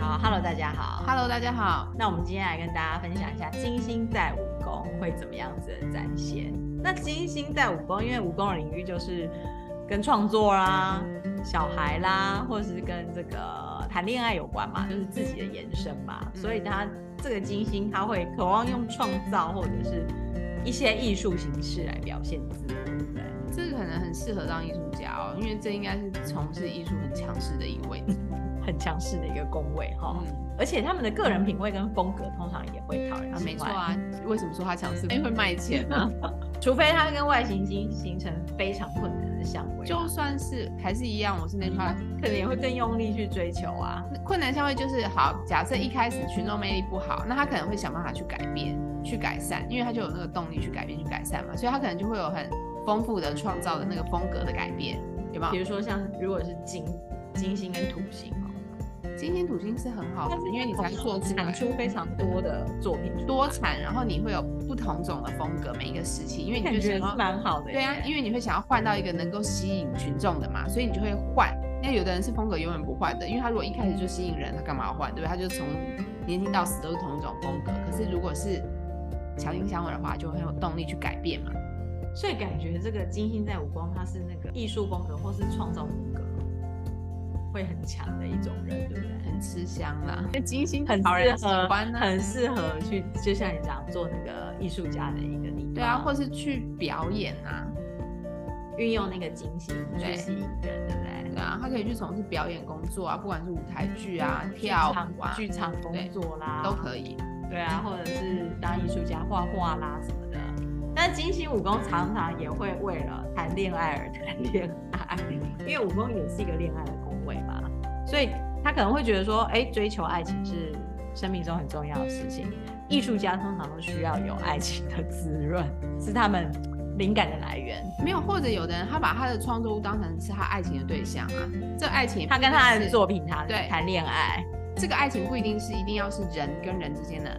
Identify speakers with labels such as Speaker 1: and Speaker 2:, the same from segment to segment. Speaker 1: 好，Hello，大家好。
Speaker 2: Hello，大家好。
Speaker 1: 那我们今天来跟大家分享一下金星在武功会怎么样子的展现。那金星在武功，因为武功的领域就是跟创作啦、小孩啦，或者是跟这个谈恋爱有关嘛，就是自己的延伸嘛。
Speaker 2: 嗯
Speaker 1: 所以它这个金星，它会渴望用创造或者是一些艺术形式来表现自我，对不对？
Speaker 2: 这个可能很适合当艺术家哦，因为这应该是从事艺术很强势的一位。
Speaker 1: 很强势的一个宫位哈。
Speaker 2: 嗯，
Speaker 1: 而且他们的个人品味跟风格通常也会考量
Speaker 2: 啊，
Speaker 1: 进
Speaker 2: 没错
Speaker 1: 外
Speaker 2: 啊。为什么说他强势？因
Speaker 1: 哎
Speaker 2: 为会卖钱啊。
Speaker 1: 除非它跟外行星形成非常困难的相位啊，
Speaker 2: 就算是还是一样，我是那句话，
Speaker 1: 可能也会更用力去追求啊。
Speaker 2: 困难相位就是好。假设一开始群众魅力不好，那他可能会想办法去改变、去改善，因为他就有那个动力去改变、去改善嘛，所以他可能就会有很丰富的创造的那个风格的改变，有没
Speaker 1: 比
Speaker 2: 有？
Speaker 1: 如说像如果是金金星跟土星哦，
Speaker 2: 今天土星是很好的
Speaker 1: 但是，
Speaker 2: 因为你才做出来
Speaker 1: 产。出非常多的作品出来，
Speaker 2: 多产，然后你会有不同种的风格，每一个时期，因为你
Speaker 1: 感
Speaker 2: 就
Speaker 1: 觉
Speaker 2: 想
Speaker 1: 是
Speaker 2: 要
Speaker 1: 蛮好的耶。
Speaker 2: 对啊，因为你会想要换到一个能够吸引群众的嘛，所以你就会换。那有的人是风格永远不换的，因为他如果一开始就吸引人，他干嘛要换？对不对？他就从年轻到死都是同一种风格。可是如果是强劲相位的话，就很有动力去改变嘛。
Speaker 1: 所以感觉这个金星在武功，它是那个艺术风格或是创造风格会很强的一种人，对不对？
Speaker 2: 很吃香啦，那金星
Speaker 1: 很
Speaker 2: 讨人
Speaker 1: 适
Speaker 2: 喜
Speaker 1: 合
Speaker 2: 欢，啊呢、
Speaker 1: 很适合去，就像你讲做那个艺术家的一个地方。
Speaker 2: 对啊，或是去表演啊，
Speaker 1: 运用那个金星去
Speaker 2: 对
Speaker 1: 吸引人，对不对？
Speaker 2: 对啊，他可以去从事表演工作啊，不管是舞台剧啊、
Speaker 1: 剧
Speaker 2: 跳
Speaker 1: 场
Speaker 2: 舞啊，
Speaker 1: 嗯剧场啊工作啦，
Speaker 2: 都可以。
Speaker 1: 对啊，或者是当艺术家画画啦什么的。但金星武功常常也会为了谈恋爱而谈恋爱，因为武功也是一个恋爱的宫位嘛，所以他可能会觉得说，哎，追求爱情是生命中很重要的事情。艺术家通常都需要有爱情的滋润，是他们灵感的来源。
Speaker 2: 没有，或者有的人他把他的创作物当成是他爱情的对象啊，这爱情也不
Speaker 1: 他跟
Speaker 2: 一定
Speaker 1: 他的
Speaker 2: 是
Speaker 1: 作品谈
Speaker 2: 对
Speaker 1: 谈恋爱，
Speaker 2: 这个爱情不一定是一定要是人跟人之间的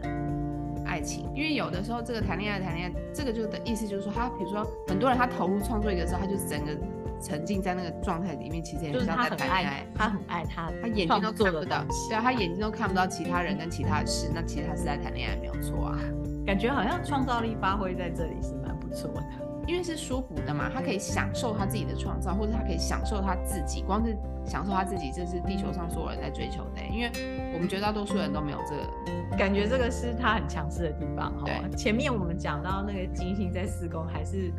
Speaker 2: 爱情，因为有的时候这个谈恋爱谈恋爱，这个就的意思就是说他，比如说很多人他投入创作一个之后，他就整个沉浸在那个状态里面，其实也
Speaker 1: 就
Speaker 2: 不
Speaker 1: 是
Speaker 2: 知道
Speaker 1: 他
Speaker 2: 在
Speaker 1: 很
Speaker 2: 谈恋
Speaker 1: 爱
Speaker 2: 爱，，
Speaker 1: 他很爱他
Speaker 2: 他眼睛
Speaker 1: 创
Speaker 2: 都
Speaker 1: 作
Speaker 2: 看
Speaker 1: 的
Speaker 2: 不到
Speaker 1: 东，西
Speaker 2: 对啊，他眼睛都看不到其他人跟其他事，那其实他是在谈恋爱没有错啊，
Speaker 1: 感觉好像创造力发挥在这里是蛮不错的。
Speaker 2: 因为是舒服的嘛，他可以享受他自己的创造，或者他可以享受他自己，光是享受他自己，这是地球上所有人在追求的、欸因为我们绝大多数人都没有这个，
Speaker 1: 感觉这个是他很强势的地方哈、哦。
Speaker 2: 对
Speaker 1: 前面我们讲到那个金星在四宫还是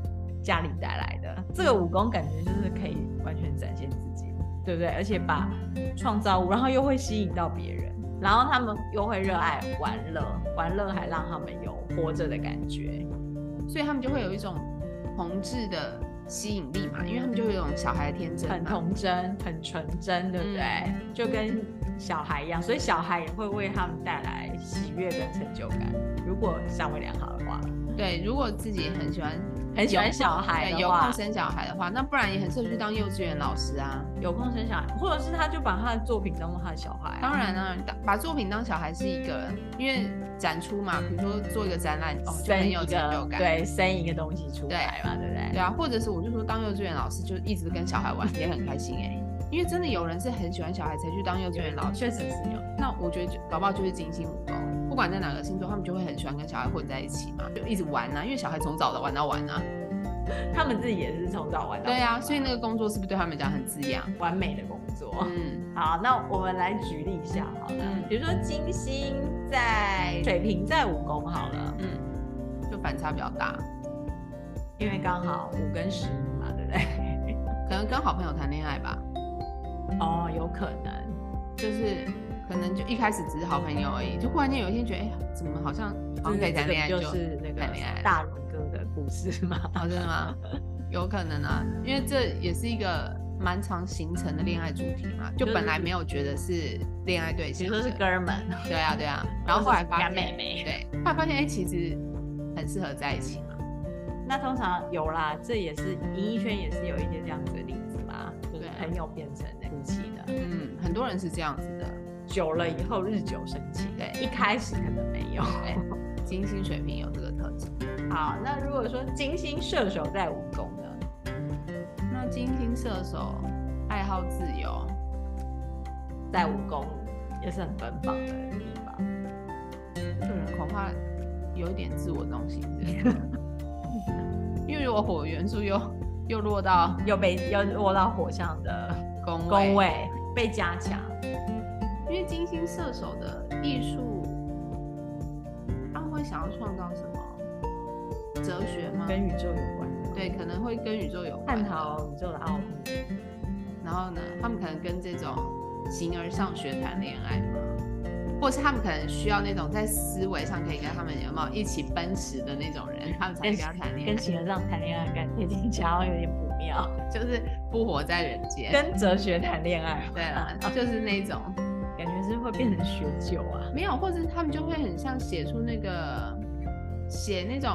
Speaker 1: 家里带来的，这个武功感觉就是可以完全展现自己，对不对？而且把创造物，然后又会吸引到别人，然后他们又会热爱玩乐，玩乐还让他们有活着的感觉。
Speaker 2: 所以他们就会有一种同志的吸引力嘛，因为他们就会有一种小孩的天真
Speaker 1: 很
Speaker 2: 嘛。
Speaker 1: 童真、很纯真，对不对？
Speaker 2: 嗯
Speaker 1: 就跟小孩一样，所以小孩也会为他们带来喜悦跟成就感。如果相位良好的话，
Speaker 2: 对，如果自己很喜欢
Speaker 1: 很喜欢小孩
Speaker 2: 对
Speaker 1: 的
Speaker 2: 有
Speaker 1: 话
Speaker 2: 空，生小孩的话，那不然也很适合去当幼稚园老师啊。
Speaker 1: 有空生小孩，或者是他就把他的作品当做他的小孩、
Speaker 2: 当，然啊，当
Speaker 1: 嗯
Speaker 2: 把作品当小孩是一个，因为展出嘛，比如说做一个展览，哦，就
Speaker 1: 生
Speaker 2: 很
Speaker 1: 一
Speaker 2: 有成就
Speaker 1: 个
Speaker 2: 感。
Speaker 1: 对，生一个东西出来嘛，对不对？
Speaker 2: 对啊，或者是我就说当幼稚园老师就一直跟小孩玩也很开心哎、因为真的有人是很喜欢小孩才去当幼稚园老师，
Speaker 1: 确实是有。
Speaker 2: 那我觉得就搞不好就是金星武功，不管在哪个星座，他们就会很喜欢跟小孩混在一起嘛，就一直玩啊，因为小孩从早的玩到晚啊，
Speaker 1: 他们自己也是从早玩到晚
Speaker 2: 对啊，所以
Speaker 1: 嘛
Speaker 2: 那个工作是不是对他们讲很滋养？
Speaker 1: 完美的工作。
Speaker 2: 嗯
Speaker 1: 好，那我们来举例一下好了，
Speaker 2: 嗯
Speaker 1: 比如说金星在水瓶在武功好了，
Speaker 2: 嗯，就反差比较大，
Speaker 1: 因为刚好五跟十一嘛，对不对？
Speaker 2: 可能跟好朋友谈恋爱吧，
Speaker 1: 哦，有可能。
Speaker 2: 就是可能就一开始只是好朋友而已，就忽然间有一天觉得哎、怎么好像好像可以谈恋爱
Speaker 1: 这
Speaker 2: 就
Speaker 1: 个就是那
Speaker 2: 谈恋爱
Speaker 1: 个
Speaker 2: 了
Speaker 1: 大龙哥的故事嘛。
Speaker 2: 哦，真的吗？有可能啊，因为这也是一个蛮常形成的恋爱主题嘛，就
Speaker 1: 就是
Speaker 2: 本来没有觉得是恋爱对
Speaker 1: 其
Speaker 2: 象
Speaker 1: 实都
Speaker 2: 的，
Speaker 1: 是哥们，
Speaker 2: 对啊 对啊，然后后来发
Speaker 1: 或者是
Speaker 2: 现，
Speaker 1: 干妹妹
Speaker 2: 对，后来发现哎、其实很适合在一起嘛，
Speaker 1: 那通常有啦，这也是演艺圈也是有一些这样子的例子嘛，就是
Speaker 2: 对啊
Speaker 1: 朋友变成夫妻的，
Speaker 2: 嗯，很多人是这样子的，
Speaker 1: 久了以后日久生情。
Speaker 2: 对
Speaker 1: 一开始可能没有。
Speaker 2: 对，金星水平有这个特质，
Speaker 1: 好，那如果说金星射手在武功呢，
Speaker 2: 那金星射手爱好自由，
Speaker 1: 在武功也是很奔放的地方。
Speaker 2: 这
Speaker 1: 啊
Speaker 2: 个人恐怕有一点自我中心之 类的，因为如果火元素又又落到
Speaker 1: 又被又落到火象的
Speaker 2: 宫
Speaker 1: 宫位，被加强。
Speaker 2: 因为金星射手的艺术，他们会想要创造什么哲学吗？
Speaker 1: 跟宇宙有关的，
Speaker 2: 对，可能会跟宇宙有关
Speaker 1: 探
Speaker 2: 的
Speaker 1: 讨宇宙的奥秘。
Speaker 2: 然后呢，他们可能跟这种形而上学谈恋爱嘛，或是他们可能需要那种在思维上可以跟他们有没有一起奔驰的那种人，他们才
Speaker 1: 跟
Speaker 2: 能跟他谈恋
Speaker 1: 跟
Speaker 2: 爱，嗯
Speaker 1: 形而上谈恋爱，感觉听起来好像有点不妙。
Speaker 2: 就是不活在人间。
Speaker 1: 跟啊哲学谈恋爱，
Speaker 2: 对 啦，就是那种
Speaker 1: 感觉是会变成学究啊。
Speaker 2: 没有，或者他们就会很像写出那个写那种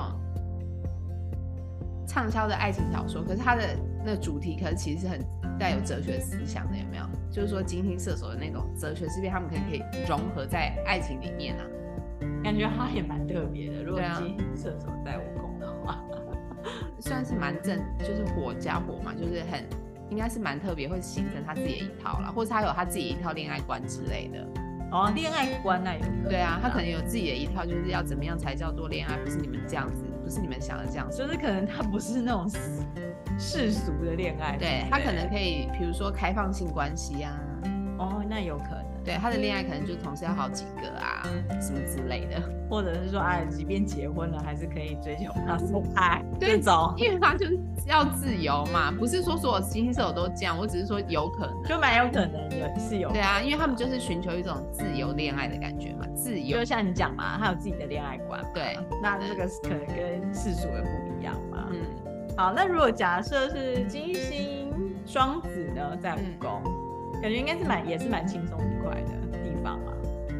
Speaker 2: 畅销的爱情小说，可是它的那主题可是其实是很带有哲学思想的，有没有？就是说金星射手的那种哲学思辨，他们可以可以融合在爱情里面啊。
Speaker 1: 感觉他也蛮特别的。如果
Speaker 2: 对啊
Speaker 1: 金星射手在武功的 话，
Speaker 2: 算是蛮正，就是火加火嘛，就是很应该是蛮特别，会形成他自己的一套啦，或者他有他自己一套恋爱观之类的。
Speaker 1: 哦，恋爱观那有个
Speaker 2: 对啊，他可能有自己的一套，就是要怎么样才叫做恋爱，不是你们这样子，不是你们想的这样子。
Speaker 1: 就是可能他不是那种世世俗的恋爱，
Speaker 2: 对
Speaker 1: 不
Speaker 2: 他可能可以，比如说开放性关系啊，
Speaker 1: 哦，那有可能，
Speaker 2: 对他的恋爱可能就同时要好几个啊，什么之类的，
Speaker 1: 或者是说，哎，即便结婚了，还是可以追求他所爱，
Speaker 2: 对
Speaker 1: 这种
Speaker 2: 因为他就是要自由嘛，不是说所有金星射手都这样，我只是说有可能。
Speaker 1: 就蛮有可能有是有
Speaker 2: 对，啊，因为他们就是寻求一种自由恋爱的感觉嘛，自由
Speaker 1: 就啊像你讲嘛，他有自己的恋爱观，
Speaker 2: 对，
Speaker 1: 那这个是可能跟世俗的不一样嘛。
Speaker 2: 嗯，
Speaker 1: 好，那如果假设是金星双子呢，在
Speaker 2: 嗯
Speaker 1: 五宫，感觉应该是蛮也是蛮轻松愉快的地方嘛。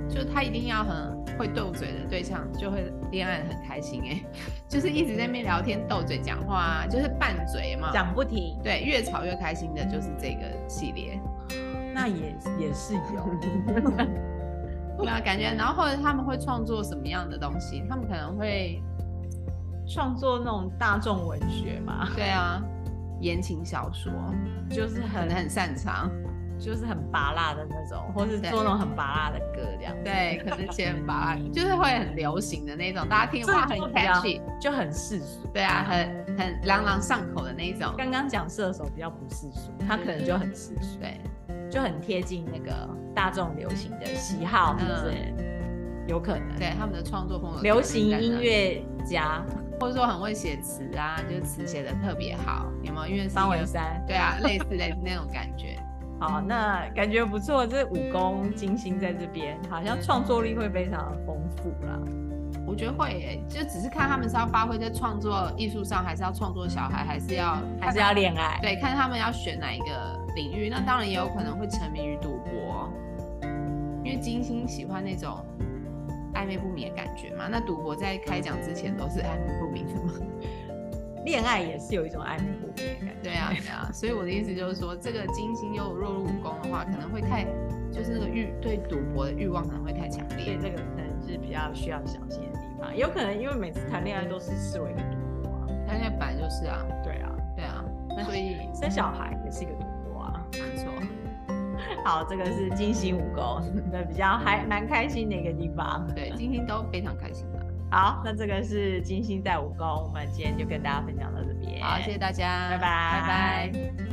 Speaker 2: 就是他一定要很会斗嘴的对象，就会恋爱得很开心哎、 就是一直在那边聊天斗嘴讲话啊，就是拌嘴嘛，
Speaker 1: 讲不停，
Speaker 2: 对，越吵越开心的就是这个系列，
Speaker 1: 那也也是 有，
Speaker 2: 对 啊，感觉，然后或者他们会创作什么样的东西，他们可 能会
Speaker 1: 创作那种大众文学嘛，
Speaker 2: 对啊，言情小说
Speaker 1: 就是
Speaker 2: 可
Speaker 1: 很
Speaker 2: 能很擅长，
Speaker 1: 就是很拔辣的那种，或是
Speaker 2: 对
Speaker 1: 做那种很拔辣的歌这样，
Speaker 2: 对，可能写很拔辣，就是会很流行的那种，大家听的话
Speaker 1: 这
Speaker 2: 很
Speaker 1: 就比较
Speaker 2: catchy，
Speaker 1: 就很世俗。
Speaker 2: 对啊，很很朗朗上口的那一种，
Speaker 1: 刚刚讲射手比较不世俗，他可能就很世俗，
Speaker 2: 对，
Speaker 1: 就很贴近那个大众流行的喜好，是不是？嗯有可能。
Speaker 2: 对他们的创作风格，
Speaker 1: 流行音，乐家
Speaker 2: 或者说很会写词啊，就是词写的特别好，有没有？因为是一个
Speaker 1: 方文，山。
Speaker 2: 对啊，类似类似那种感觉，
Speaker 1: 好，那感觉不错，这武功金星在这边，好像创作力会非常丰富啦。
Speaker 2: 我觉得会耶，就只是看他们是要发挥在创作艺术上，还是要创作小孩，还是要
Speaker 1: 还是要恋爱，
Speaker 2: 对，看他们要选哪一个领域。那当然也有可能会沉迷于赌博，因为金星喜欢那种暧昧不明的感觉嘛。那赌博在开奖之前都是暧昧不明的嘛。
Speaker 1: 恋爱也是有一种暧昧不明的感觉。
Speaker 2: 对啊，对啊。所以我的意思就是说，这个金星又落入武功的话，可能会太就是那个欲对赌博的欲望可能会太强
Speaker 1: 所以
Speaker 2: 烈。
Speaker 1: 这个可能是比较需要小心的地方。有可能因为每次谈恋爱都是视为一个赌博啊，
Speaker 2: 但那本来就是啊，
Speaker 1: 对啊，
Speaker 2: 对啊，所以
Speaker 1: 生小孩也是一个赌博啊。
Speaker 2: 没错。
Speaker 1: 好，这个是金星武功， 对，比较还蛮开心的一个地方。
Speaker 2: 对，金星都非常开心的。
Speaker 1: 好，那这个是金星在武功，我们今天就跟大家分享到这边。
Speaker 2: 好，谢谢大家，
Speaker 1: 拜拜
Speaker 2: 拜拜。